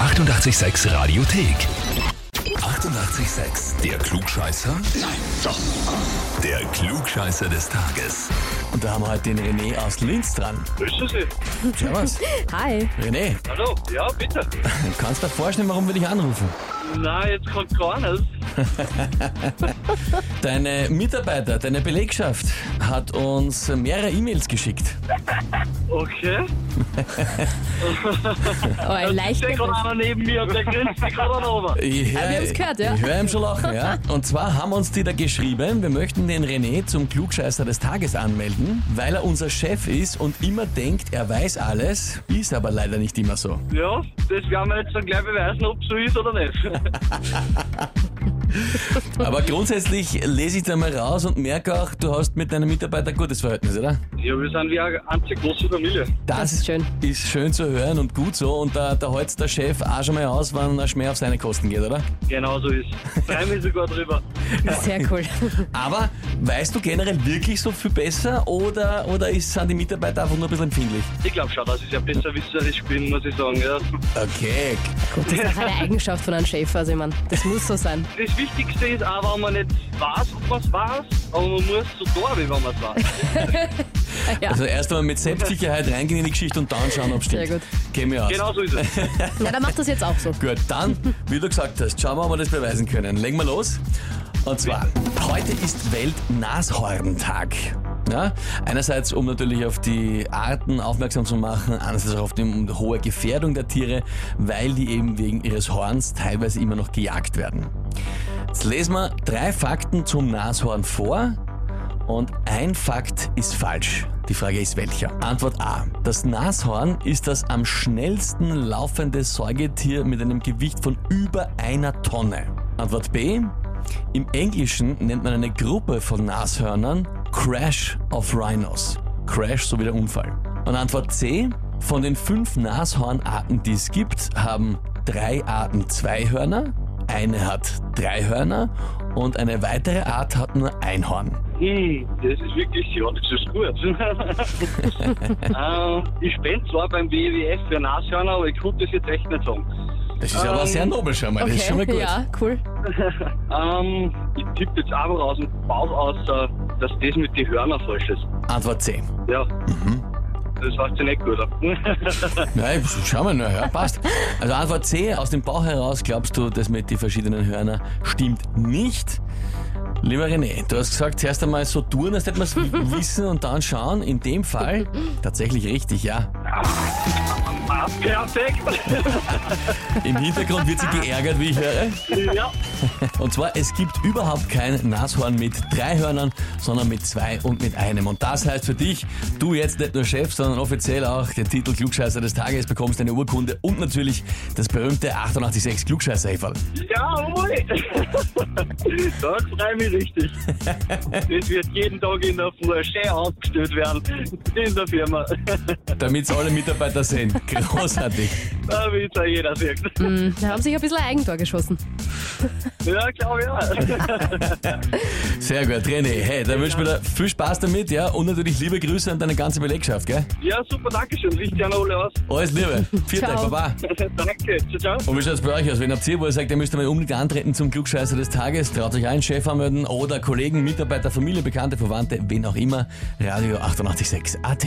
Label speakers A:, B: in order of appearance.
A: 886 Radiothek. 88,6. Der Klugscheißer? Nein, doch. Der Klugscheißer des Tages.
B: Und da haben wir heute den René aus Linz dran.
C: Grüße Sie.
B: Servus.
D: Hi.
B: René,
C: Hallo. Ja, bitte.
B: kannst du dir vorstellen, warum wir dich anrufen?
C: Na, jetzt kommt gar nichts.
B: Deine Mitarbeiter, deine Belegschaft hat uns mehrere E-Mails geschickt.
C: Okay.
D: Oh, ein
C: Ich
D: leichter
C: stehe gerade
D: Witz.
C: einer neben mir und der grinst mich gerade runter.
B: Ich
D: Ah, wir haben's gehört, ja.
B: Ich höre ihm schon lachen, ja. Und zwar haben uns die da geschrieben, wir möchten den René zum Klugscheißer des Tages anmelden, weil er unser Chef ist und immer denkt, er weiß alles, ist aber leider nicht immer so.
C: Ja, das werden wir jetzt dann gleich beweisen, ob so ist oder nicht.
B: Aber grundsätzlich lese ich da mal raus und merke auch, du hast mit deinen Mitarbeitern ein gutes Verhältnis, oder?
C: Ja, wir sind wie eine einzig große Familie.
D: Das ist schön.
B: Ist schön zu hören und gut so. Und da, da holt's der Chef auch schon mal aus, wenn ein Schmäh auf seine Kosten geht, oder?
C: Genau so ist. Freue mich sogar drüber.
D: Sehr cool.
B: Aber weißt du generell wirklich so viel besser oder, oder ist, sind die Mitarbeiter einfach nur ein bisschen empfindlich?
C: Ich glaube schon, dass ich ja besserwisserisch bin, muss ich sagen. Ja.
B: Okay.
D: Gut, das ist auch eine Eigenschaft von einem Chef, also ich meine, das muss so sein.
C: Das Wichtigste ist auch, wenn man nicht weiß, ob man es weiß, aber man muss so tun, wie wenn man es weiß.
D: Ja.
B: Also erst einmal mit Selbstsicherheit reingehen in die Geschichte und dann schauen, ob es stimmt.
D: Sehr gut.
B: Gehen wir aus.
C: Genau so ist es.
D: Na, dann macht das jetzt auch so.
B: Gut, dann, wie du gesagt hast, schauen wir, ob wir das beweisen können. Legen wir los. Und zwar, heute ist Weltnashorntag. Ja, einerseits, um natürlich auf die Arten aufmerksam zu machen, andererseits auch auf die um, hohe Gefährdung der Tiere, weil die eben wegen ihres Horns teilweise immer noch gejagt werden. Jetzt lesen wir drei Fakten zum Nashorn vor und ein Fakt ist falsch. Die Frage ist welcher? Antwort A. Das Nashorn ist das am schnellsten laufende Säugetier mit einem Gewicht von über einer Tonne. Antwort B. Im Englischen nennt man eine Gruppe von Nashörnern Crash of Rhinos. Crash sowie der Unfall. Und Antwort C. Von den fünf Nashornarten, die es gibt, haben drei Arten Zweihörner, eine hat drei Hörner und eine weitere Art hat nur ein Horn.
C: Hm, das ist wirklich, ja, das ist gut. ähm, ich spende zwar beim WWF für Nashörner, aber ich konnte das jetzt echt nicht sagen.
B: Das ist aber
C: Ähm,
B: sehr nobel schon mal, das ist schon mal gut.
D: ja, cool.
C: Ähm, ich tippe jetzt einfach aus dem Bauch aus, äh, dass das mit den Hörnern falsch ist.
B: Antwort C.
C: Ja. Das war's ja nicht gut.
B: Nein, schau mal, na ja, passt. Also Antwort C, aus dem Bauch heraus glaubst du, das mit den verschiedenen Hörnern stimmt nicht. Lieber René, du hast gesagt, zuerst einmal so tun, als hätten wir es wissen und dann schauen. In dem Fall tatsächlich richtig, ja.
C: ah, perfekt!
B: Im Hintergrund wird sie geärgert, wie ich höre.
C: ja.
B: Und zwar, es gibt überhaupt kein Nashorn mit drei Hörnern, sondern mit zwei und mit einem. Und das heißt für dich, du jetzt nicht nur Chef, sondern offiziell auch den Titel Klugscheißer des Tages, bekommst eine Urkunde und natürlich das berühmte 886 klugscheißer -Häferl.
C: Jawohl! da freue ich mich richtig. Das wird jeden Tag in der Früh schön aufgestellt werden. In der Firma.
B: Damit alle Mitarbeiter sehen. Großartig.
C: da will es ja jeder sehen.
D: Da haben sich ein bisschen ein Eigentor geschossen.
C: Ja, glaube ich auch.
B: Sehr gut, René. Hey, dann wünschen wir dir viel Spaß damit, ja. Und natürlich liebe Grüße an deine ganze Belegschaft, gell?
C: Ja, super, danke schön. Richtig an alle aus.
B: Alles Liebe. Vierte,
D: Ciao.
B: Baba.
C: danke, ciao, ciao.
B: Und wie schaut's bei euch aus? Wenn habt ihr, wo ihr sagt, ihr müsst einmal unbedingt antreten zum Klugscheißer des Tages, traut euch ein, Chef anmelden oder Kollegen, Mitarbeiter, Familie, Bekannte, Verwandte, wen auch immer, Radio 886 AT.